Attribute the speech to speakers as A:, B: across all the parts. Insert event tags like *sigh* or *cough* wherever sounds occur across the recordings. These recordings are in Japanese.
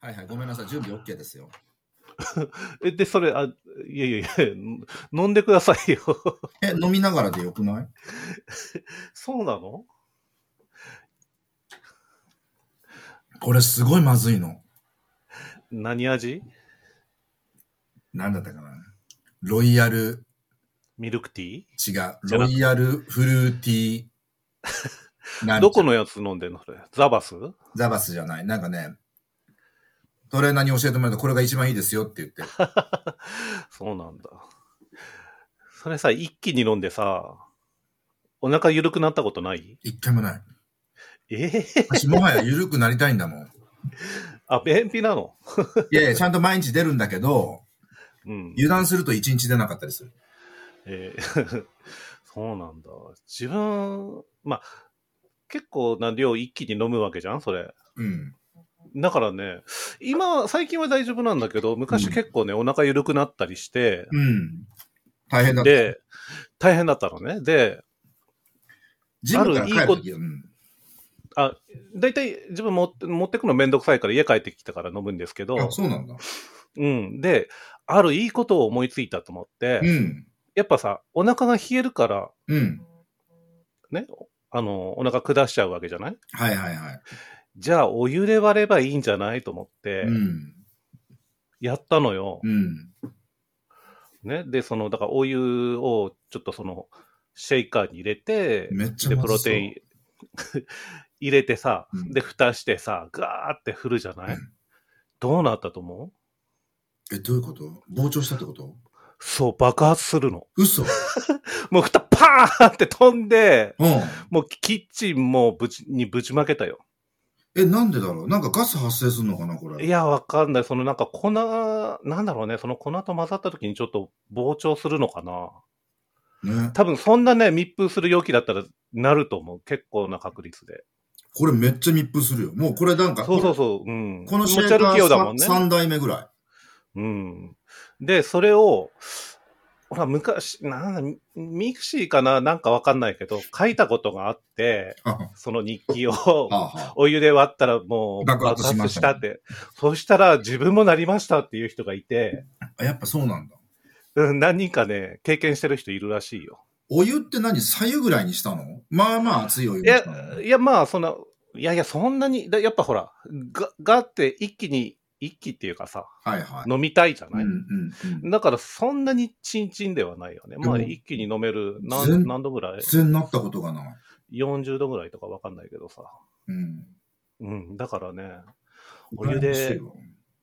A: はいはい、ごめんなさい、準備 OK ですよ。
B: え、で、それ、あ、いやいやいや、飲んでくださいよ。
A: え、飲みながらでよくない
B: そうなの
A: これすごいまずいの。
B: 何味
A: なんだったかなロイヤル、
B: ミルクティ
A: 違う、ロイヤルフルーティ *laughs* ー。なんち
B: ー
A: ゃ
B: どこのやつ飲んでんのそれ。ザバス
A: ザバスじゃない。なんかね、トレーナーに教えてもらうとこれが一番いいですよって言って。
B: そうなんだ。それさ、一気に飲んでさ、お腹緩くなったことない
A: 一回もない。
B: ええ
A: 私もはや緩くなりたいんだもん。
B: あ、便秘なの
A: い *laughs* やいや、ちゃんと毎日出るんだけど、
B: うん。
A: 油断すると一日出なかったりする。
B: え *laughs* ーそうなんだ。自分、まあ、結構な量一気に飲むわけじゃんそれ。
A: うん。
B: だからね、今、最近は大丈夫なんだけど、昔結構ね、お腹緩くなったりして、
A: うん。大変だった。
B: で、大変だったのね。で、
A: ジムから
B: ある
A: 帰
B: いい
A: る
B: こと
A: き、うん。
B: あ、大体自分持って持ってくのめんどくさいから家帰ってきてから飲むんですけど
A: あ、、そうなんだ。
B: うん。で、あるいいことを思いついたと思って、
A: うん。
B: やっぱさ、お腹が冷えるから、
A: うん。
B: ね、あの、お腹下しちゃうわけじゃない
A: はいはいはい。
B: じゃあ、お湯で割ればいいんじゃないと思って
A: う、ん。
B: やったのよ。
A: うん。
B: ね。で、その、だからお湯をちょっとその、シェイカーに入れて、
A: めっちゃ
B: で、
A: ま
B: プ
A: ずそう
B: ロテイン *laughs* 入れてさ、
A: うん
B: で、蓋してさ、ガーって振るじゃない、
A: うん
B: どうなったと思う
A: え、どういうこと膨張したってこと
B: そう、爆発するの。
A: 嘘。
B: もう蓋パーンって飛んで、
A: うん。
B: もうキッチンもぶち、にぶちまけたよ。
A: え、なんでだろうなんかガス発生するのかなこれ。
B: いや、わかんない。そのなんか粉、なんだろうね。その粉と混ざった時にちょっと膨張するのかな。
A: ね。
B: 多分そんなね、密封する容器だったらなると思う。結構な確率で。
A: これめっちゃ密封するよ。もうこれなんか、
B: そうそう
A: う。
B: そう。うん。
A: この
B: 持
A: シ
B: ち
A: ェーカ
B: 歩き用だも
A: ー
B: んね。
A: 3代目ぐらい。
B: うん。で、それを、ほら、昔、なんだミクシーかななんかわかんないけど、書いたことがあって、
A: あは
B: その日
A: *laughs*
B: 記を
A: あ、はあ。
B: お湯で割ったらもう
A: 爆
B: 爆
A: 発しま
B: 発
A: し
B: したたって。そうしたら自分もなりましたっていう人がいて、
A: あやっぱそうなんだ。
B: うん、何人かね、経験してる人いるらしいよ。
A: お湯って何左右ぐらいにしたのまあまあ熱いお湯
B: い
A: にし
B: や
A: たの、
B: いや、まあ、そんな、いやいや、そんなに、だやっぱほら、が、がって一気に、一気っていうかさ、
A: はいはい。
B: 飲みたいじゃ
A: うん
B: な
A: う
B: い、
A: んうん。
B: だからそんなにチンチンではないよね。まあ
A: でも
B: 一気に飲める
A: 全
B: 何何度ぐらい
A: 全然なったことがない。
B: ?40 度ぐらいとかわかんないけどさ。
A: うん。
B: うん。だからね、お湯で
A: 羨ま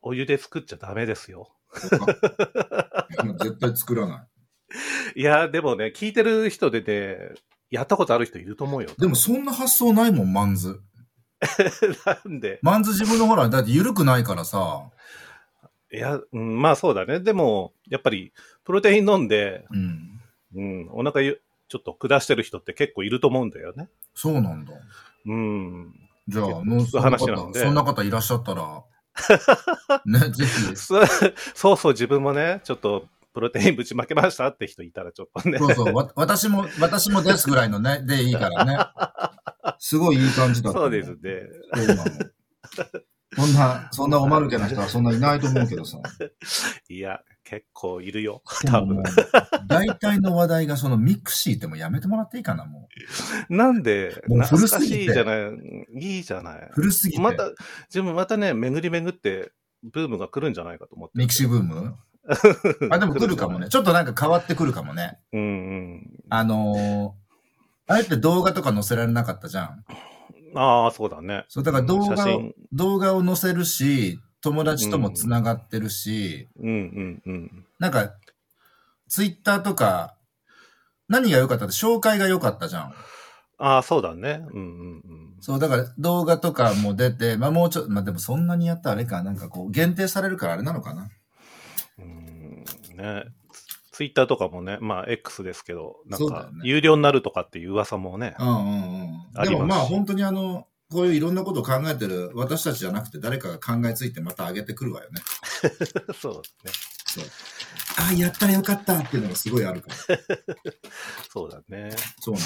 B: お湯で作っちゃダメですよ。
A: しいわ。いやもう絶対作らない
B: や、でもね、聞いてる人でね、やったことある人いると思うよ。
A: い。でもそんな発想ないもん、マンズ。
B: *laughs* なんで。
A: マンズ自分のほら、だって緩くないからさ。
B: いや、うん、まあそうだね。でも、やっぱり、プロテイン飲んで、
A: うん。
B: うん、お腹ゆちょっと下してる人って結構いると思うんだよね。
A: そうなんだ。
B: うん。
A: じゃあ、
B: 結構
A: ノンス
B: 聞く
A: そんな
B: 話なん
A: 方、
B: で
A: そんな方いらっしゃった
B: *laughs*
A: ら、ね、ぜひ、
B: そそうそう、自分もね、ちょっと、プロテインぶちまけましたって人いたらちょっとね。
A: そうそう、わ私も、私もですぐらいのね、でいいからね。すごいいい感じだった。
B: そうです。ね。
A: そうなの。そんな、そんなおまぬけな人はそんないないと思うけどさ。
B: いや、結構いるよ。
A: で
B: *laughs* 多
A: も
B: 分
A: も。う大体の話題がそのミクシーってもうやめてもらっていいかな、も
B: なんで、
A: もう古
B: 懐
A: す
B: か
A: ぎて。。
B: しいじゃない。いいじゃないう
A: 古すぎて。
B: また、自分またね、巡り巡って、ブームが来るんじゃないかと思って。
A: ミクシーブー
B: *laughs*
A: ムあ、でも来るかもね。ちょっとなんか変わってくるかもね。
B: うん
A: あのー、あえて動画とか載せられなかったじゃん。
B: うん。ああ、そうだね。
A: そう、だから動
B: 写
A: 画を
B: 真、
A: 動画を載せるし、友達ともつながってるし、
B: うんうんうん。
A: なんか、ツイッターとか、何が良かったって紹介が良かったじゃん。
B: ああ、そうだね。うんうんうん。
A: そう、だから動画とかも出て、まあもうちょっと、まあでもそんなにやったらあれか、なんかこう、限定されるからあれなのかな。
B: うーんね、ツツイッターとかもね、まあ X ですけど、な
A: そ
B: ん
A: うだよ
B: か
A: ね
B: 有料になるとかっていう噂もね、
A: うんうんうん。
B: あ
A: で
B: ります
A: もまあ本当にあの、こういういろんなことを考えてる私たちじゃなくて誰かが考えついてまた上げてくるわよね。
B: *laughs* そうです
A: そう。あ、やったらよかったっていうのがすごいあるから。
B: ね。そうだね。
A: そうな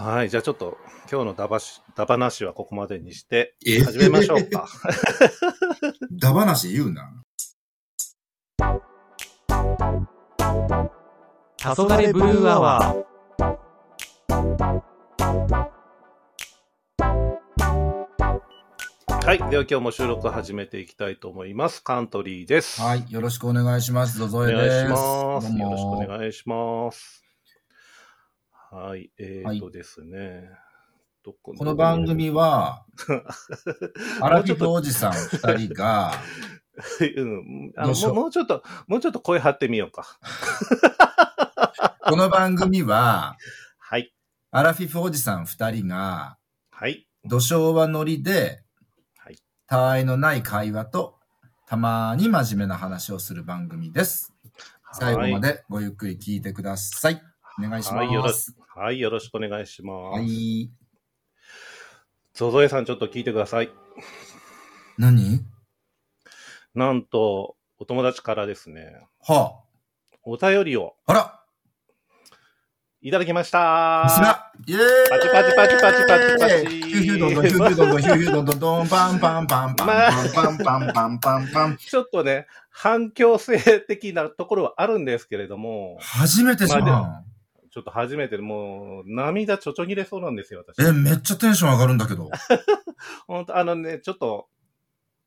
A: の。
B: はい。じゃあちょっと、今日のダバし、ダバなしはここまでにして、
A: え
B: 始めましょう。か。
A: *laughs* ダバなし言うな。
C: 黄昏ブルーアワー。
B: はい。では今日も収録始めていきたいと思います。カントリーです。
A: は。い、よろしくお願いします。ゾ
B: お
A: ゾエ
B: 願い
A: です。
B: します。
A: どう
B: よろしく
A: も
B: お願いします。はい。え
A: は
B: ー
A: い
B: とですね。どこ
A: この番組
B: *laughs*
A: は、アラフィフおじさん二人が、
B: うん、あ
A: ど
B: の
A: うしよ
B: も
A: う
B: うもうちょっと、もうちょっと声張ってみようか。
A: この番組は、
B: はい。
A: アラフィフおじさん二人が、
B: はい。
A: 土昭和ノリで
B: はい、
A: たわいのない会話と、たまに真面目な話をする番組です。最後までごゆっくり聞いてください。お願いし
B: はいよ
A: ま
B: ろ
A: す。
B: はい。よろしくお願いしま
A: は
B: す。
A: い。
B: ゾゾエさん、ちょっと聞いてください。
A: 何
B: なんと、お友達からですね、
A: は
B: お便りを
A: あ。あら
B: いただきました。
A: すなイェーイ
B: パチパチパチパチパチパチ
A: ヒューヒュードンドン、ヒューヒュードンドン、ヒューヒュードンドンドン、パンパンパンパンパンパンパンパンパン。
B: ちょっとね、反響性的なところはあるんですけれども、
A: 初めてじゃん。
B: ちょっと初めてもう涙ちょちょぎれそうなんですよ、私。
A: え、めっちゃテンション上がるんだけど。
B: 本当あのね、ちょっと、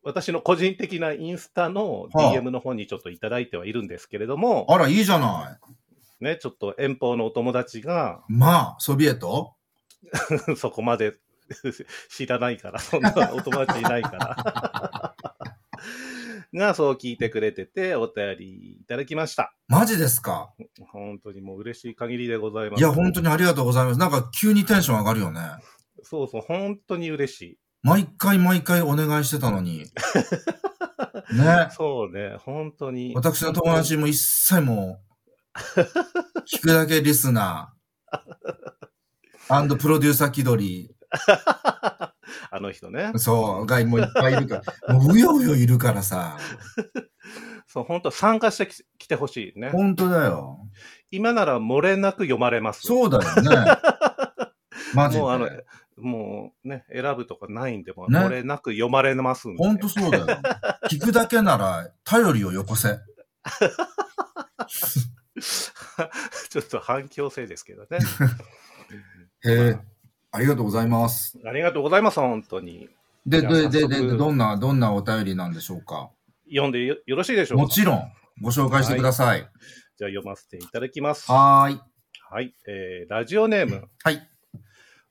B: 私の個人的なインスタの
A: はあ
B: DM の方にちょっといただいてはいるんですけれども、
A: あら、いいじゃない。
B: ね、ちょっと遠方のお友達が
A: まあ、ソビエト
B: *laughs* そこまで知らないから、そんなお友達いないから。 *laughs* が、そう聞いてくれてて、お便りいただきました。
A: マジですか
B: 本当にもう嬉しい限りでございます。
A: いや、本当にありがとうございます。なんか急にテンション上がるよね。
B: そうそう、本当に嬉しい。
A: 毎回毎回お願いしてたのに。ね。
B: そうね、本当に。
A: 私の友達も一切もう、聞くだけリスナー、アンドプロデューサー気取
B: あの人ね
A: り、。 *laughs* そう、がもういっぱいいるから、もううようよいるからさ、
B: そう、本当参加してき来てほしいね。
A: ほんとだよ。
B: 今なら漏れなく読まれます。
A: そうだよね。マジで
B: もう。あの、もうね、選ぶとかないんで、もう
A: ね
B: 漏れなく読まれますんで。
A: ほんとそうだよ。聞くだけなら、頼りをよこせ。
B: *laughs* ちょっと反響性ですけどね。
A: へ *laughs* え、ありがとうございます。
B: ありがとうございます、本当に。
A: で、
B: じゃあ
A: で、で、
B: 早
A: で、
B: 速
A: でどんな、どんなお便りなんでしょうか。
B: 読んでよよろしいでしょうか
A: もちろん、ご紹介してください。
B: じゃあ読ませていただきます。は
A: はーい。
B: い。えー、ラジオネーム、
A: はい。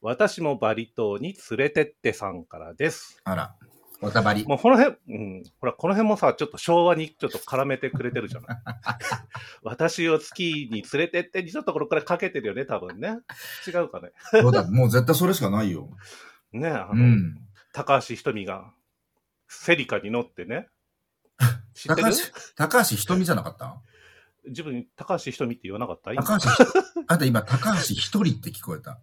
B: 私もバリ島に連れてってさんからです。
A: あら、おたばり。
B: もうこの辺、うん、ほら、この辺もさ、ちょっと昭和にちょっと絡めてくれてるじゃ
A: *laughs*
B: ない。私を月に連れてってにちょっとこれからかけてるよね、多分ね。違うかね。
A: そうだ、もう絶対それしかないよ。
B: ねあの、
A: うん。
B: 高橋ひとみが、セリカに乗っ
A: *laughs*
B: てね。知って
A: 高
B: る
A: 橋、高橋ひとみじゃなかった
B: 自分、高橋ひとみって言わなかった今
A: 高橋ひと、あと今、高橋一人って聞こえた。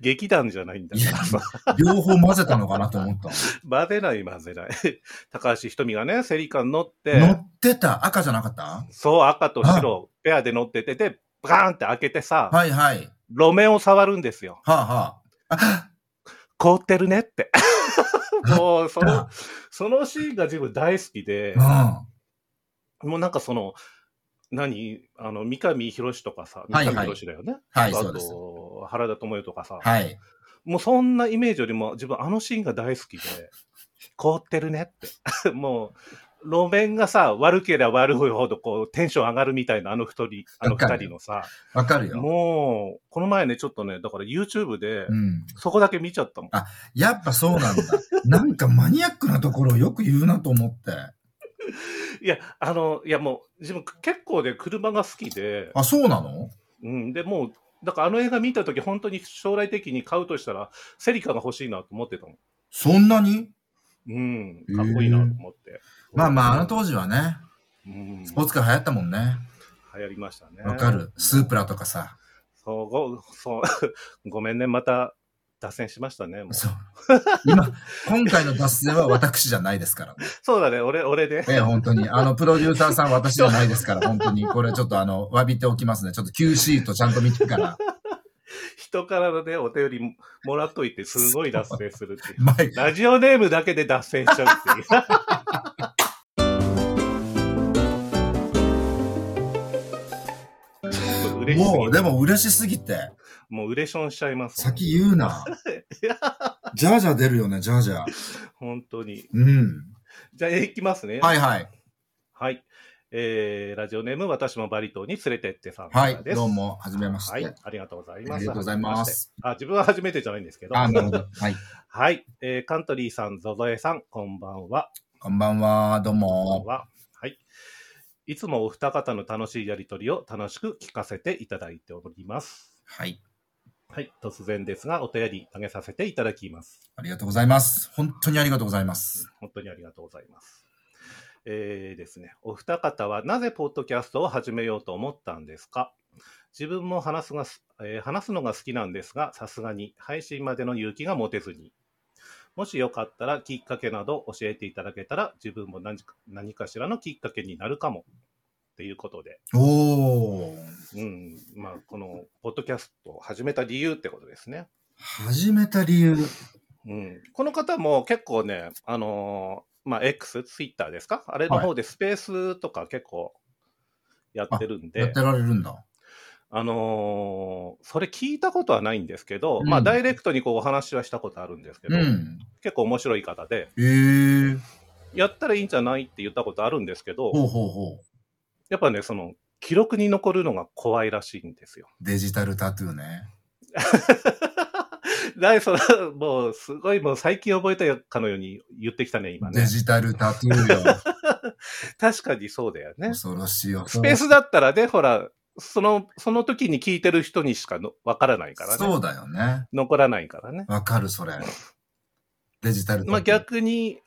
B: 劇団じゃないんだ
A: いや
B: からさ。、
A: 両方混ぜたのかなと思った。
B: 混ぜない混ぜない。 *laughs* 高橋ひとみがね、セリカに乗って、
A: 乗ってた赤じゃなかった
B: そう、赤と白、ペアで乗ってて、で、バーンって開けてさ、
A: はいはい。
B: 路面を触るんですよ。
A: はあはあ。あ
B: 凍ってる
A: *laughs*
B: ねって。もう、そ
A: あ
B: の、そのシーンが自分大好きで、もうなんかその、何あの、三上博史とかさ、
A: はい
B: 三
A: はい
B: 上博史だよね。
A: うん。はい、
B: あ
A: そうです。
B: と、原田智世とかさ、
A: はい。
B: もうそんなイメージよりも自分あのシーンが大好きで、
A: *laughs*
B: 凍ってるねって。 *laughs* もう、路面がさ、悪ければ悪いほどこうテンション上がるみたいなあの二人、あの
A: わか
B: 二
A: る
B: 人のさ、
A: わかるよ。
B: もう、この前ね、ちょっとね、だから YouTube で
A: う、ん。
B: そこだけ見ちゃったもん。
A: やっぱそうなん
B: *laughs*
A: だ。なんかマニアックなところをよく言うなと思って。
B: いや、あの、いやもう、自分結構ね、車が好きで、
A: あ、そうなの
B: うん、でもう、だからあの映画見たとき、本当に将来的に買うとしたら、セリカが欲しいなと思ってたもん。
A: そんなに
B: うん、かっこいいなと思って。
A: まあまあ、あの当時はね、
B: うん、
A: スポーツカー流行ったもんね。
B: 流行りましたね。
A: わかる。スープラとかさ。
B: そう、ご、そう、 *laughs* ごめんね、また脱線しましたね。もう
A: そう。今、今回の脱線は私じゃないですから、ね。
B: そうだね、俺、俺で、
A: ええ、本当に。あの、プロデューサーさん私じゃないですから、本当に。これちょっとあの、詫びておきますね。ちょっと QC とちゃんと見てから。
B: 一人からのね、お便りももらっといて、すごい脱線するっ
A: *laughs*
B: ていう。
A: マイ
B: ラジオネームだけで脱線しちゃうっていう。ちょっと嬉しすぎ
A: も
B: て
A: う、でも嬉しすぎて、
B: もう、ウレションしちゃいます。
A: 先言うな。じゃあじゃあ出るよね、じゃあじゃあ。
B: 本当に。
A: うん。
B: じゃあ、いきますね。。
A: はいいはい。
B: はい。えー、ラジオネーム、私もバリ島に連れてってさんか
A: は
B: ら
A: い
B: で。す。
A: どう。も、はじめまして。
B: はい。ありがとうございます。
A: ありがとうございます
B: はじめして。あ、自分は初めてじゃないんですけど。
A: あ、なるほど。はい。
B: はい。えー、カントリーさん、ゾゾエさん、こんばんは。
A: こんばんは、どう
B: こんばん
A: も。
B: は。はい。いつもお二方の楽しいやりとりを楽しく聞かせていただいております。
A: はい。
B: はい。突然ですが、お便り投げさせていただきます。
A: ありがとうございます。本当にありがとうございます。
B: 本当にありがとうございます。えーですね、お二方はなぜポッドキャストを始めようと思ったんですか自分も話すがす、えー話すのが好きなんですが、さすがに配信までの勇気が持てずに。もしよかったらきっかけなど教えていただけたら、自分も何か何かしらのきっかけになるかも。ということで、
A: おー。
B: うん、まあ、このポッドキャストを始めた理由ってことですね。
A: 始めた理由。
B: うん、この方も結構ね、あのーまあ、X、ツイッターですかあれの方でスペースとか結構やってるんで、
A: やってられるんだ。
B: あのーそれ聞いたことはないんですけど、
A: うん
B: まあ、ダイレクトにこうお話はしたことあるんですけ
A: う
B: ど、
A: ん。
B: 結構面白い方で、
A: えー。
B: やったらいいんじゃないって言ったことあるんですけど、
A: ほうほうほう。
B: やっぱね、その、記録に残るのが怖いらしいんですよ。 *laughs*
A: デジタルタトゥーね。
B: だそのもう、すごいもう最近覚えたかのように言ってきたね、今ね
A: デ。ジタルタトゥー
B: *laughs*
A: よ。
B: 確かにそうだよね。
A: 恐ろしいよ。
B: スペースだったらね、ほら、その、その時に聞いてる人にしかのわからないから
A: そ
B: ね。
A: うだよね。
B: 残らないからね。
A: わかる、それ。デジタルタトゥー。
B: まあ逆に、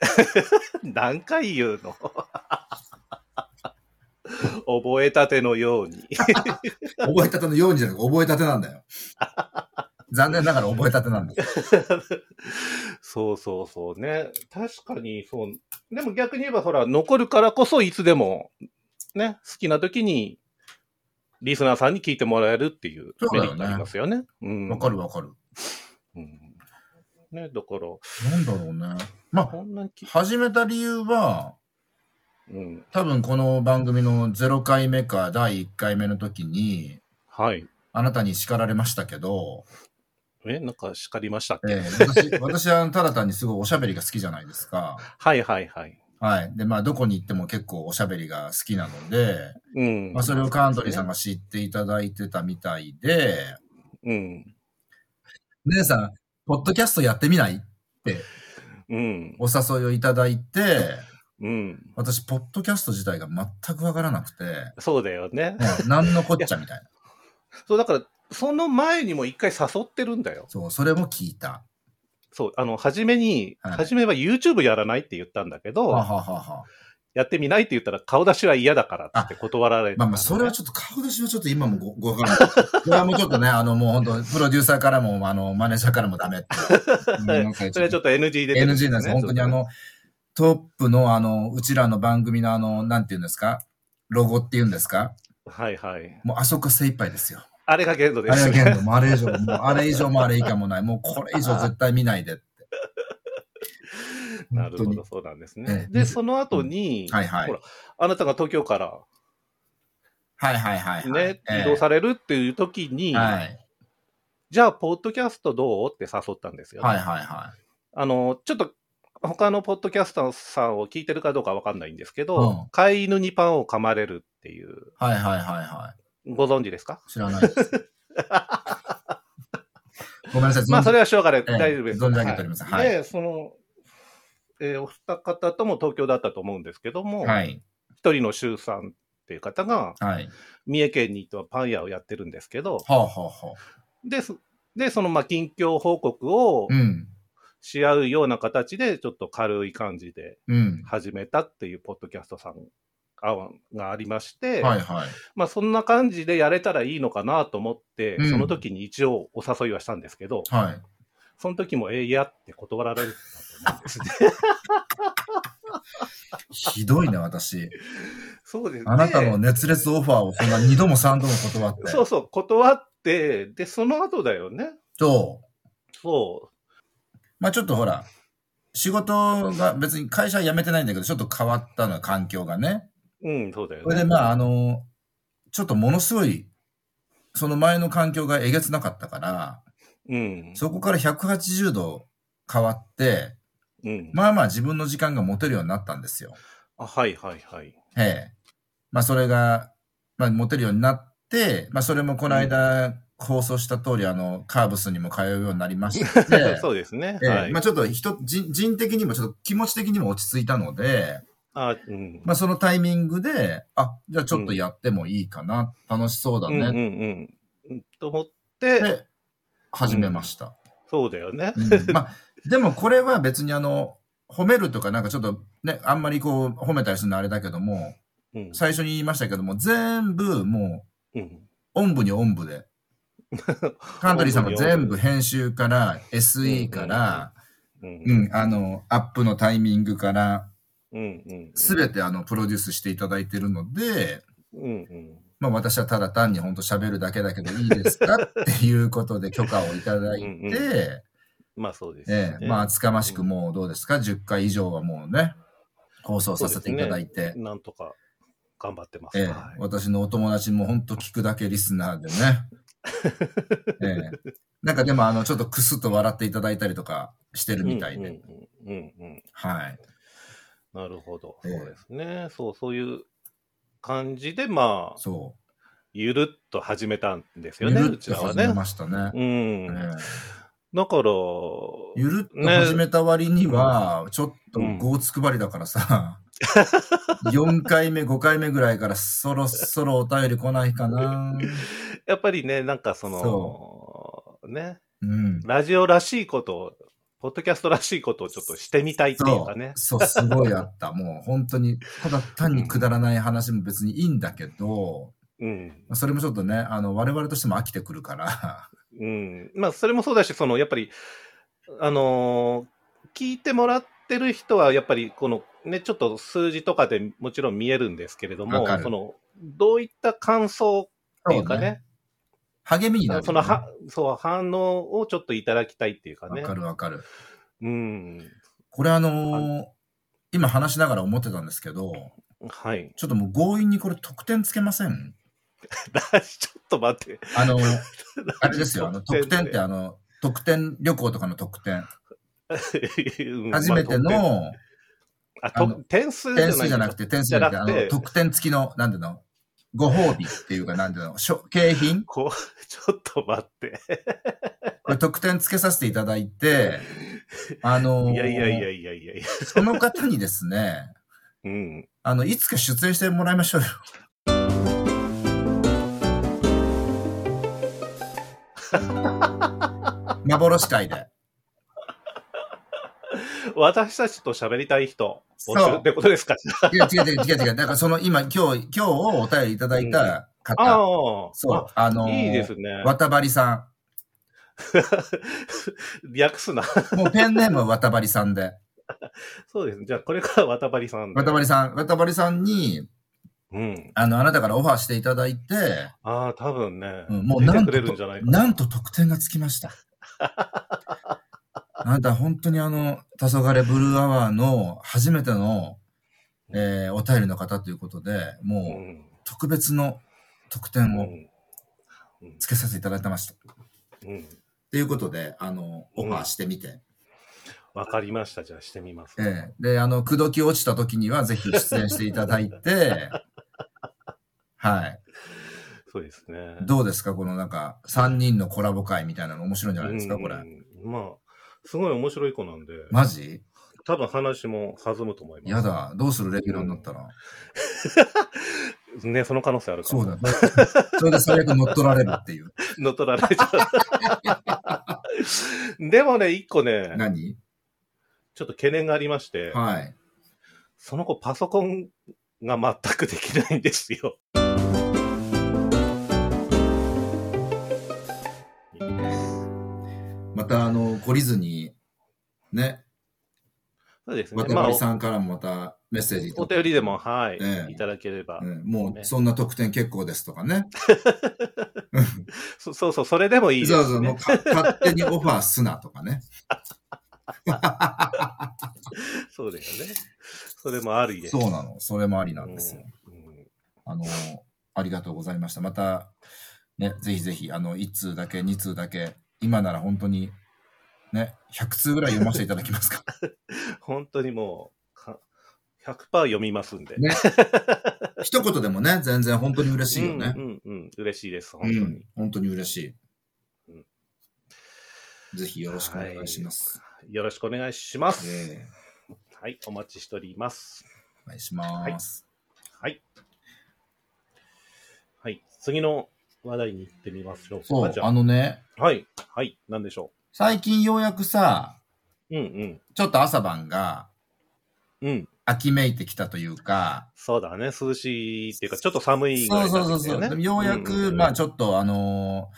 B: *laughs* 何回言うの *laughs* 覚えたてのように。
A: *laughs* 覚えたてのようにじゃなく覚えたてなん
B: *laughs*
A: だよ。残念ながら覚えたてなんです。
B: そうそうそうね。確かにそう。でも逆に言えばほら、残るからこそいつでも、ね、好きな時に、リスナーさんに聞いてもらえるっていうメリットありますよね。 *laughs* うん。
A: わかるわかる。
B: うん。ね、だから、
A: なんだろうね。まあ、
B: こんなにき、
A: 始めた理由は、
B: うん。
A: 多分この番組の0回目か第1回目の時に、
B: はい。
A: あなたに叱られましたけど、
B: え、なんか叱りましたっけ、
A: ええ私 *laughs* 私はただ単にすごいおしゃべりが好きじゃないですか。
B: はいはいはい。
A: はい。で、まあ、どこに行っても結構おしゃべりが好きなので、
B: うん。
A: まあ、それをカントリーさん
B: が。
A: が知っていただいてたみたいで、
B: うん。
A: 姉さん、ポッドキャストやってみないって
B: うん。
A: お誘いをいただいて、
B: うん。
A: 私、ポッドキャスト自体が全くわからなくて、
B: そうだよね。 *laughs*
A: うん何のこっちゃみたいな。
B: そう、だから、その前にも一回誘ってるんだよ。
A: そう、それも聞いた。
B: そう、あの、初めに、
A: はい
B: 初めは YouTube やらないって言ったんだけど、
A: はははは。
B: やってみないって言ったら顔出しは嫌だからって断られた、
A: まあまあ、それはちょっと顔出しはちょっと今もごごわからない。それはもうちょっとね、あの、もう本当プロデューサーからも、あの、マネージャーからもダメって。
B: *laughs*
A: うん
B: それはちょっと NG で、
A: NG なんですよ。本当にあ、の、トップのあの、うちらの番組のあの、なんていうんですかロゴっていうんですか
B: はいはい。
A: もうあそこ精一杯ですよ。
B: *laughs* あれが限度で
A: あれ
B: す
A: は
B: ね。
A: 限度、もうあれ以上、もうあれ以上もあれ以下もない。もうこれ以上絶対見ない
B: *laughs*
A: でって。
B: な
A: 本
B: る
A: 当
B: ほ
A: に
B: ど、。そうなんです
A: え
B: ね。
A: え
B: で、その後に、
A: はいはい
B: ほ。らあなたが東京から
A: はいはいはいはい。
B: ね、
A: ええ
B: 移動されるっていう時に、
A: はい
B: じゃあ、ポッドキャストどうって誘ったんですよ。
A: はいはいは
B: あの、ちょっと、他のポッドキャスターさんを聞いてるかどうかわかんないんですけど、
A: うん
B: 飼い犬にパンを噛まれるっていう、
A: い。はいはいはいは
B: ご存知ですか
A: い。知らないです。
B: *laughs*
A: ごめんなさい。
B: まあ、それはしょうがない。
A: ええ
B: 大丈夫です。
A: 存じ上げておりますはい
B: で、その、えーお二方とも東京だったと思うんですけども、一、
A: はい。
B: 人の周さんっていう方が、
A: はい。
B: 三重県にとパン屋をやってるんですけど、
A: はあはあはあ。
B: で、そでその、まあ、近況報告を
A: うん。
B: し合うような形で、ちょっと軽い感じで
A: うん。
B: 始めたっていうポッドキャストさんあがありまして、
A: はいはい。
B: まあそんな感じでやれたらいいのかなと思って、
A: うん
B: その時に一応お誘いはしたんですけど、
A: はい。
B: その時もええやって断られたと思うんです
A: *laughs*
B: ね。
A: ひどいね、私。
B: そうですね。
A: あなたの熱烈オファーをそんな二度も三度も断って。
B: そうそう、断っって、で、その後だよね。
A: そう。
B: そ
A: まあちょっとほら、仕事が別に会社は辞めてないんだけど、ちょっと変わったのよ環境がね。
B: う。うん、そうだよ
A: それ
B: ね。
A: でまああの、ちょっとものすごい、その前の環境がえげつなかったから、
B: うん。
A: そこから180度変わって、
B: うん。
A: まあまあ自分の時間が持てるようになったんですよ。
B: あはいはいはい。、
A: ええ。まあそれが、まあ持てるようになって、まあそれもこの間、放送した通り、あの、カーブスにも通うようになりまして
B: *laughs* そうですね。
A: ええ
B: はい。
A: まあちょっと人人人的にもちょっと気持ち的にも落ち着いたので、
B: あ、うん。
A: まあそのタイミングで、あ、じゃあちょっとやってもいいかな、楽しそうだ
B: うんうん
A: ね
B: うんうん。と思っ、
A: ってて始めました。
B: そうだよね。
A: うんまあでもこれは別にあの、褒めるとかなんかちょっとね、あんまりこう褒めたりするのあれだけども、
B: うん。
A: 最初に言いましたけども、全部も
B: うん。
A: う、おんぶにおんぶで。カントリーさんが全部編集から、SE から、
B: う。
A: うんん、あの、アップのタイミングから、
B: うん。うん。
A: すべてあの、プロデュースしていただいてるので、
B: うんうん。
A: まあ私はただ単に本当喋るだけだけどいいですかっていうことで許可をいただいて、
B: うんうんまあそうですよ
A: え
B: ね。
A: え、まあ厚かましくもうどうですか ?10 回以上はもうね、放送させていただいて、
B: なんとか頑張ってます。
A: ええ
B: はい、
A: 私のお友達も本当聞くだけリスナー
B: *laughs*
A: でね。ええ、なんかでもあの、ちょっとくすっと笑っていただいたりとかしてるみたいで。
B: うんうんうんうん
A: はい。
B: なるほど。
A: ええ
B: そうですね。そう、そういう感じで、まあ、
A: そ
B: ゆるっと始めたんです
A: う。
B: よ
A: ゆ
B: ね、
A: る
B: う
A: っ
B: ち
A: と
B: らは
A: 始
B: ね
A: め。ましたね。
B: うん。
A: ええ
B: だから、
A: ゆるっと始めた割には、ちょっと
B: うん
A: ゴーつくばりだから
B: *laughs*
A: さ、4回目、5回目ぐらいからそろそろお便り来ないかな。
B: やっぱりね、なんかその、ね、 *laughs*
A: うん。
B: ラジオらしいことを、ポッドキャストらしいことをちょっとしてみたいっていうかね。
A: そう、すごいあった。 *laughs* もう本当に、ただ単にくだらない話も別にいいんだけど、
B: うん。
A: それもちょっとね、あの、我々としても飽きてくるから、
B: うん。まあ、それもそうだし、その、やっぱり、あのー聞いてもらってる人は、やっぱり、この、ね、ちょっと数字とかでもちろん見えるんですけれども
A: わか、る
B: その、どういった感想っていうかね、
A: *laughs* 励みになるよね。
B: そのは、そう、反応をちょっといただきたいっていうか
A: わ
B: ね。
A: かるわかる。
B: うん。
A: これあのー今話しながら思ってたんですけど、
B: はい。 *laughs*
A: ちょっともう強引にこれ得点つけません
B: ちょっと待って。
A: あの、あれですよ、
B: *laughs*
A: あの、特典って
B: う
A: あの、特典旅行とかの特典。
B: *laughs* ん
A: 初めて
B: ま
A: の
B: あ
A: あ
B: 得
A: の
B: 点点数
A: 点数じゃなく
B: て。
A: て、点数じゃなくて、あ
B: じゃな
A: の、
B: くて
A: 特典付きの、なんていうの、ご褒美っていうか、なんていうの、しょ景品
B: こう、 *laughs* ちょっと待って。
A: これ特典付けさせていただい
B: *laughs*
A: て、あのー
B: いやいやいやいやいやいや。
A: その方にですね、
B: うん。
A: あの、いつか出演してもらいま
B: *laughs*
A: しょうよ。幻会で。
B: 私たちと喋りたい人、
A: そう
B: 募集ってことですか
A: いや、違う違う違う違う。だからその今、今日、今日お便りいただいた方。
B: ああ、
A: そう、あの
B: あ。
A: ー
B: いいですね。 *laughs*
A: わたばりさ
B: 略すな。
A: ん。もうペンネームはわたばりさんで。
B: そうですね。じゃあ、これからわたばりさんで。
A: わたばりさん、わたばりさんに、
B: うん。
A: あの、あなたからオファーしていただいて、
B: ああ、多分ね。
A: うんもうなんと
B: 出てくれるんじゃないかな。
A: なんと得点がつきました。 *laughs* あなた本当にあの、黄昏ブルーアワーの初めての、えーお便りの方ということで、
B: う。
A: もうん特別の得
B: う
A: 点を
B: ん。うん
A: つけさせていただいてました。と、
B: うん。
A: いうことで、あの、オファーしてみて。
B: わかりました。じゃあ、してみます。
A: ええ、で、あの、口説き落ちた時にはぜひ出演していただい *laughs* て、はい。
B: そうですね。
A: どうですかこのなんか、3人のコラボ会みたいなの面白いんじゃないですかこれ。
B: うんまあ、すごい面白い子なんで、
A: マジ
B: 多分話も弾むと思います。
A: や。だ。どうするレギュラーになったら。
B: ね、その可能性あるか
A: そ
B: も。
A: うだ。 *laughs* それで最悪乗っ取られる *laughs* っていう。
B: 乗っ取られちゃう。 *laughs* でもね、一個ね、
A: 何
B: ちょっと懸念がありまして、
A: はい。
B: その子パソコンが全くできないんですよ。 *laughs*
A: また、あの、懲りずに、ね、
B: そうですね。
A: 渡
B: まあ
A: 辺、さんからもまたメッセージ
B: おお
A: とか、
B: 便りでも、はい、
A: ええ
B: いただければ、
A: うんもうそんな特典結構ですとかね。
B: そ。 *laughs* そうそう、それでもいいです、
A: そ
B: ね。
A: うそう、もうか勝手にオファーすなとかね。
B: そうだよね。それもあるです。
A: そうなの。それもありなんですよ。
B: うん
A: あの、ありがとうございました。また、ね、ぜひぜひ、あの、1通だけ、2通だけ、今なら本当に、ね、100通ぐらい読ませていただきます
B: *laughs*
A: か。
B: 本当にもうか、100%読みますんで。
A: ね一言でもね、全然本当に嬉しいよね。
B: うんうんうん。嬉しいです、
A: う
B: 本当に。
A: ん、本当に嬉しい。
B: うん
A: ぜひよろしくお願いします。
B: よろしくお願いします。
A: ええ
B: はい、お待ちしております。
A: お願いします。
B: はい。はい、次の話題に行ってみましょうか。
A: そう
B: じ、ゃ
A: あ
B: あ
A: のね、
B: はい、はい、なんでしょ
A: 最近ようやくさ、
B: う。うん
A: ちょっと朝晩が
B: うん。うん。
A: 秋めいてきたというか、
B: そうだね、涼しいっていうか、ちょっと寒いぐ
A: そ
B: ら
A: う
B: い
A: そ
B: な
A: うんそう
B: です
A: そ
B: よ
A: う。
B: ね。
A: でもようやく、
B: んんん
A: まあちょっとあの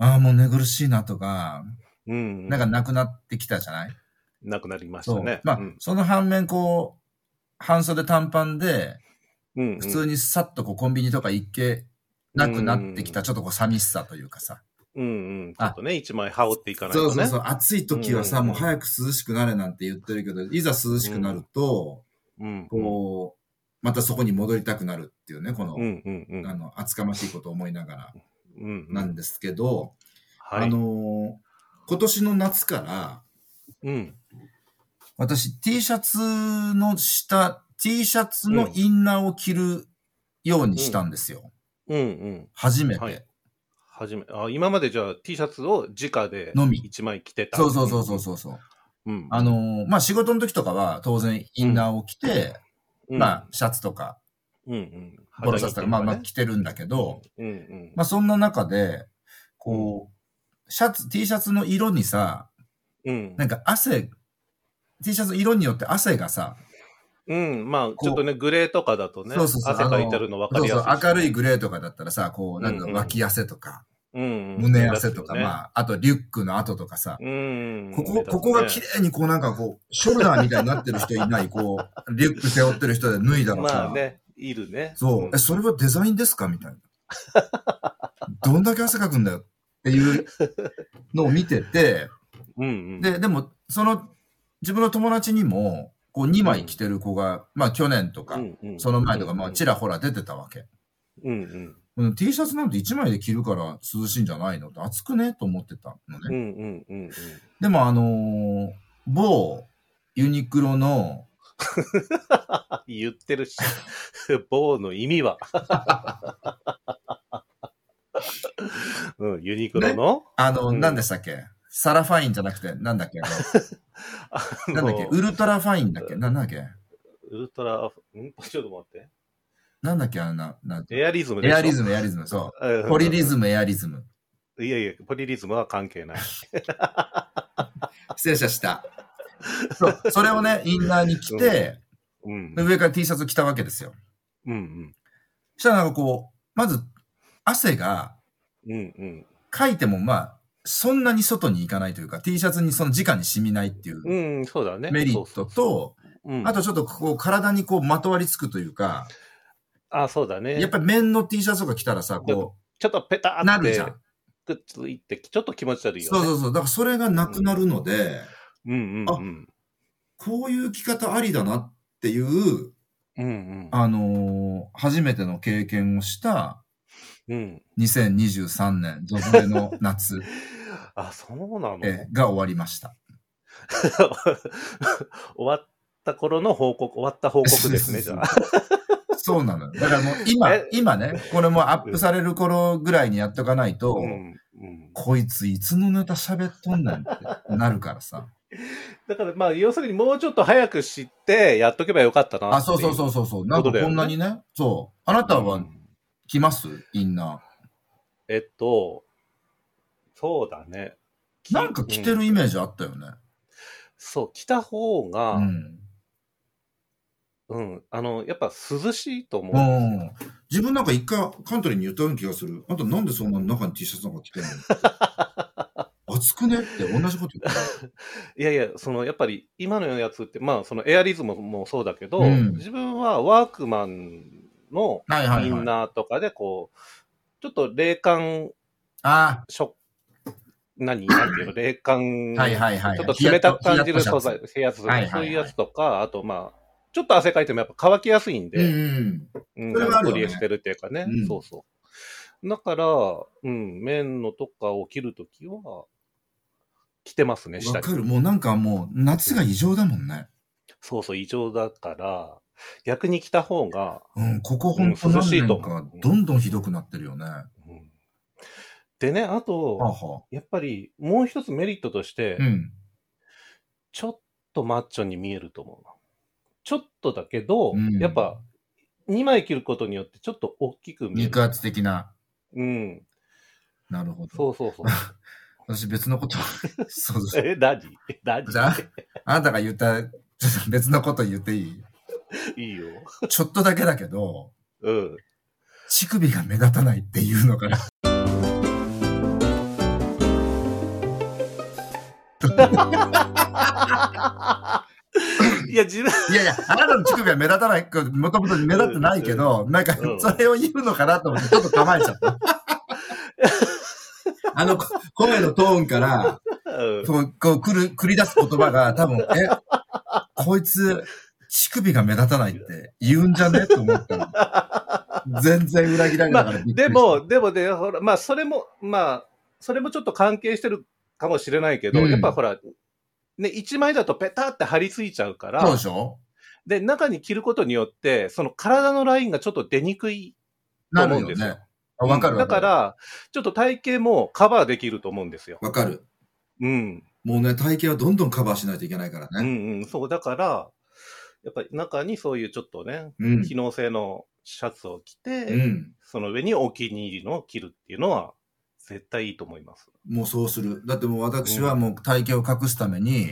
A: ーああ、もう寝苦しいなとか、
B: うんうん、
A: なんかなくなってきたじゃない、
B: なくなりまし
A: そ
B: た
A: う。
B: ね。
A: まあ、
B: うん
A: その反面こう、半袖短パンで、
B: うんうん
A: 普通にさっとこうコンビニとか行けなくなってき
B: う
A: た、
B: ん
A: ちょっとこう寂しさというかさ。
B: うんうん。ちょっとね、一枚羽織っていかない
A: そ
B: と
A: う
B: ね。
A: そうそう。暑い時はさ、
B: うん
A: もう早く涼しくなれなんて言ってるけど、いざ涼しくなると、
B: うん。
A: こう、またそこに戻りたくなるっていうね、この、
B: うんうんうん。
A: あの、厚かましいことを思いながら
B: うんう。
A: なんんですけど、
B: は
A: あ
B: い。
A: のー今年の夏から、
B: うん。
A: 私 T シャツの下、T シャツのインナーを着るようにしたんですよ。
B: うんうん。
A: 初めて、
B: はいはじめ、あ、今までじゃあ T シャツを直で
A: のみ
B: 一枚着てた。
A: そうそうそうそうそうそう。
B: うん。
A: あのーまあ、仕事の時とかは当然インナーを着て、
B: うん、
A: まあ、シャツとか、
B: うんうん。
A: ボロシャツとか、まあまあ着てるんだけど、
B: うんうん。
A: まあ、そんな中で、こう、シャツ、T シャツの色にさ、
B: うん
A: なんか汗、T シャツの色によって汗がさ、
B: うん。まあ、ちょっとね、グレーとかだとね、
A: そうそうそう
B: 汗かいてるの分か
A: そう
B: りや
A: そ
B: す
A: う
B: い、、
A: 明るい。グレーとかだったらさ、こう、なんか
B: うんうん
A: 脇汗とか、
B: うん、うん。
A: 胸汗とか、
B: あ。
A: まあ、あとリュックの跡とかさ、
B: うん。
A: こ
B: 目
A: こ、
B: 立つ
A: ここが綺麗にこうなんかこう、ショルダーみたいになってる人いない、こう、リュック背負ってる人で脱いだの
B: ま
A: さ
B: あ、ね、いるね。
A: そう、え、それはデザインですかみたいな。どんだけ汗かくんだよっていうのを見て
B: *laughs*
A: て、
B: うんうん。
A: で、でも、その、自分の友達にも、こう2枚着てる子が、まあ去年とか、
B: うんうん
A: その前とか、まあち
B: ら。
A: らほら出てたわけ。
B: うんうん。
A: うん T シャツなんて1枚で着るから涼しいんじゃないのって暑くねと思ってたのね。
B: うんうんうんうん。
A: でもあのー某ユニクロの、
B: 言ってるし、 *laughs* 棒の意味は。 *laughs* うん、ユニクロの、
A: あの、
B: うん
A: 何でしたっけサラファインじゃなくて、なんだっけあ
B: あ
A: の
B: の
A: なんだ
B: *laughs*
A: っけウルトラファインだっけなんだっけ
B: ウルトラ、んちょっと待って。
A: なんだっけあのな、なん
B: エアリズムでし
A: エ
B: ょ
A: アリズム、エアリズム、そ
B: ム
A: う。ポリリズム、エアリズム。
B: ム。いやいや、ポリリズムは関係ない。
A: 失礼しました。そう、それをね、インナーに着て、
B: うん。うん
A: 上から T シャツ着たわけですよ。
B: うん。
A: そしたらなんかこう、まず、汗が、
B: うんうん。
A: 書いてもまあ、そんなに外に行かないというか、T シャツにその直に染みないっていう
B: うん、そうだね。
A: メリ
B: そ
A: ッ
B: うそ
A: ト
B: うそう、
A: と、
B: うん
A: あ、とちょっとこう体にこうまとわりつくというか、
B: あ、そうだね。
A: やっぱり綿の T シャツとか着たらさ、こ
B: ちょっとペタ
A: う、
B: ー
A: な
B: っ
A: る
B: て
A: じゃん。
B: くっついて、ちょっと気持ち悪いよね。
A: そうそうそう。だからそれがなくなるので、
B: うんうんうん。
A: こういう着方ありだなっていう、
B: うんうん。
A: あのー初めての経験をした
B: うん。
A: 2023年、ゾズレの
B: *laughs*
A: 夏、
B: あ、そうなの
A: えーが終わりました。
B: *laughs* 終わった頃の報告、終わった報告で
A: *laughs*
B: すね、じゃあ。
A: そうなのよ。だからもう今
B: え、
A: 今ね、これもアップされる頃ぐらいにやっとかないと、
B: うんうん
A: こいついつのネタ喋っとんねんってなるからさ。
B: だから、まあ、要するにもうちょっと早く知って、やっとけばよかったな。
A: あ、そうそうそううそうそう。なんかこんなにね。そう。あなた
B: う
A: は
B: ん
A: 来ますインナ
B: えっと、そうだね。
A: ー。なんか着て
B: うん
A: るイメージあったよね。
B: そう、着た方
A: う
B: が、
A: ん。
B: うん、あの、やっぱ涼しいと思
A: う
B: う。
A: ん。自分なんか
B: *laughs*
A: 一回カントリーに言ったような気がする。あんたなんでそんな中に T シャツなんか着てんの暑熱くねって同じこと言ってる。
B: いやいや、そのやっぱり今のやつって、まあ、そのエアリズムもそうだけど、
A: うん
B: 自分はワークマンの
A: はいはい
B: イ
A: は
B: ン
A: い。
B: ナーとかで、こう、ちょっと冷感
A: あ
B: 食、何なんていうの、冷感、
A: あ、はいはいはい。
B: ちょっと冷たく感じる
A: ヒヤッと
B: 素
A: シャ
B: 材
A: ツ。、
B: 部屋と
A: はいはいはい
B: そういうやつとか、あとまあ、ちょっと汗かいてもやっぱ乾きやすいん
A: うん
B: で、
A: うん。
B: うん、
A: それはあるよね
B: ポリエステルっていうかね、
A: うん
B: そうそう。だから、うん、綿のとかを切るときは、着てますね、下
A: わ
B: に
A: か。る。もうなんかもう夏が異常だもんね。
B: そうそう、異常だから、逆に着た方が、
A: うん、ここほんと何
B: うん涼しいと
A: 年か
B: 思う
A: どんどんひどくなってるよね。は
B: うんでね、あ
A: あ
B: と、
A: は
B: やっぱりもう一つメリットとして
A: あ。う、ん。
B: ちょっとマッチョに見えると思うな。ちょっとだけど、
A: うん
B: やっぱ、2枚切ることによってちょっと大きく見える。
A: 肉厚的な。
B: うん。
A: なるほど。
B: そうそ
A: *laughs*
B: うそう。
A: 私別の
B: *laughs*
A: こと、そうそう
B: え、何何
A: じゃあ、あなたが言った、ちょっと別のこと言っていい
B: いいよ。
A: ちょっとだけだけど、
B: うん。
A: 乳首が目立たないっていうのが、
B: いや、自分、
A: いやいや、あなたの乳首は目立たない、もともと目立ってないけど、なんか
B: うん、
A: それを言うのかなと思って、ちょっと構えちゃった。あの、こ声のトーンから、
B: うん
A: こう、こう、くる、繰り出す言葉が、多分、え、こいつ、乳首が目立たないって言うんじゃねと思ったの。全然裏切られた
B: ま
A: か
B: あ
A: らびっくりした
B: でも、でもね、ほら、まあ、それも、まあ、それもちょっと関係してるかもしれないけど、
A: うん
B: やっぱほら、ね、1枚だとペタって張り付いちゃうか
A: そう
B: ら
A: で、しょ
B: で、中に着ることによって、その体のラインがちょっと出にくいと
A: な
B: 思
A: る
B: うん
A: よ
B: ですよ。
A: ね。あわか
B: う
A: る
B: ん
A: わ
B: だ
A: か
B: か
A: る。
B: ら、ちょっと体型もカバーできると思うんですよ。
A: わかる。
B: うん。
A: もうね、体型はどんどんカバーしないといけないから
B: うん
A: ね。
B: うん。そう、だから、やっぱり中にそういうちょっとね、
A: うん。
B: 機能性のシャツを着て、
A: うん。
B: その上にお気に入りのを着るっていうのは、絶対いいと思います。
A: もうそうする。だってもう私はもう体型を隠すために、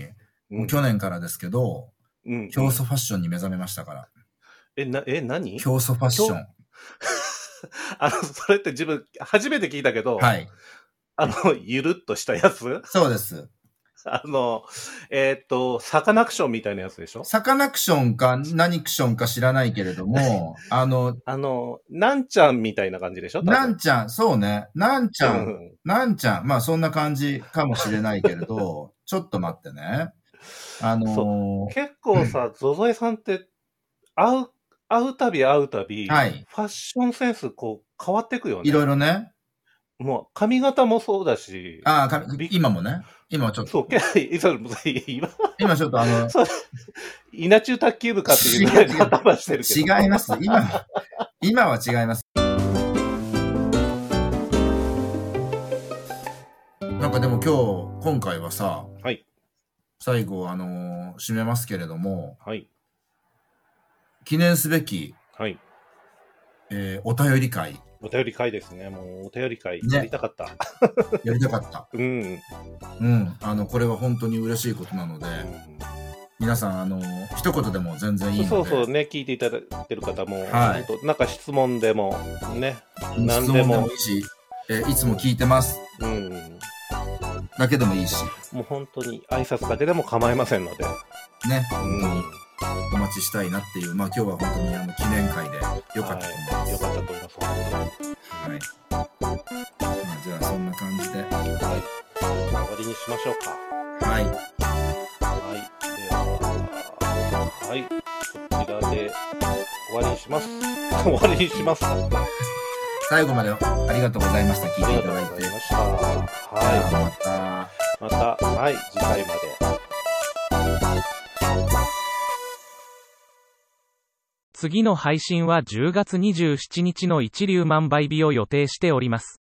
B: うん
A: 去年からですけど、
B: うん。
A: 競争ファッションに目覚めましたから。
B: え、な、え、何
A: 競争ファッション。
B: *laughs* あの、それって自分、初めて聞いたけど、
A: はい。
B: あの、ゆるっとしたやつ *laughs*
A: そうです。
B: あの、えーっと、サカナクションみたいなやつでしょ
A: サカナクションか何クションか知らないけれど
B: *laughs*
A: も、あの、
B: あの、なんちゃんみたいな感じでしょ
A: なん
B: ち
A: ちゃん、そうね。なんちゃ、
B: うんん。
A: なんちゃん、まあそんな感じかもしれないけれど、ちょっと待ってね。あのー
B: 結構さ、ゾゾエさんって、会う、会うたび会うたび、
A: はい
B: ファッションセンス、こう、変わってくよね。
A: いろいろね。
B: もう、髪型もそうだし、
A: ああ、か今もね。今はちょっ
B: *laughs* そう、
A: と、
B: け、そう、 *laughs* 今、
A: 今ちょっとあの、
B: 稲中卓球部かっていうぐらいの頭してるけど。
A: 違います。今は、今は違います。なんかでも今日、今回はさ、
B: はい
A: 最後、あのー締めますけれども、
B: はい。
A: 記念すべき、
B: はい。
A: えーお便り会、
B: お便り会ですね。もう、お便り会、
A: ね
B: やりたかった。
A: やりたか
B: *laughs*
A: った。
B: うん。うん
A: うん。あの、これは本当に嬉しいことなので、皆さん、あのー一言でも全然いいので、
B: そうそうね、聞いていただいてる方も、
A: はい
B: 本当なんか質問でも、ね、何
A: 質問
B: で
A: で
B: も
A: もいいし、えーいつも聞いてます
B: うん。
A: だけでもいいし、
B: もう本当に挨拶だけでも構いませんので。
A: ね、
B: う
A: 本
B: ん。
A: 当にお待ちしたいなっていう、まあ今日は本当にあの記念会で良かったと思います。
B: よかったと思います。本
A: はい。まあ、じゃあそんな感じで。は
B: 当にはい。終わりにしましょう
A: い。
B: か。はい。では、はい。こちらで終わりにします。 *laughs* 終わりにしますか。
A: 最後までありがとうございました。聞い
B: あ
A: て
B: り
A: い
B: が
A: た
B: とう
A: だい
B: ご
A: て
B: ざい。ました。
A: じゃあ
B: は
A: また。
B: い。また、はい、次回まで。
C: 次の配信は10月27日の一粒万倍日を予定しております。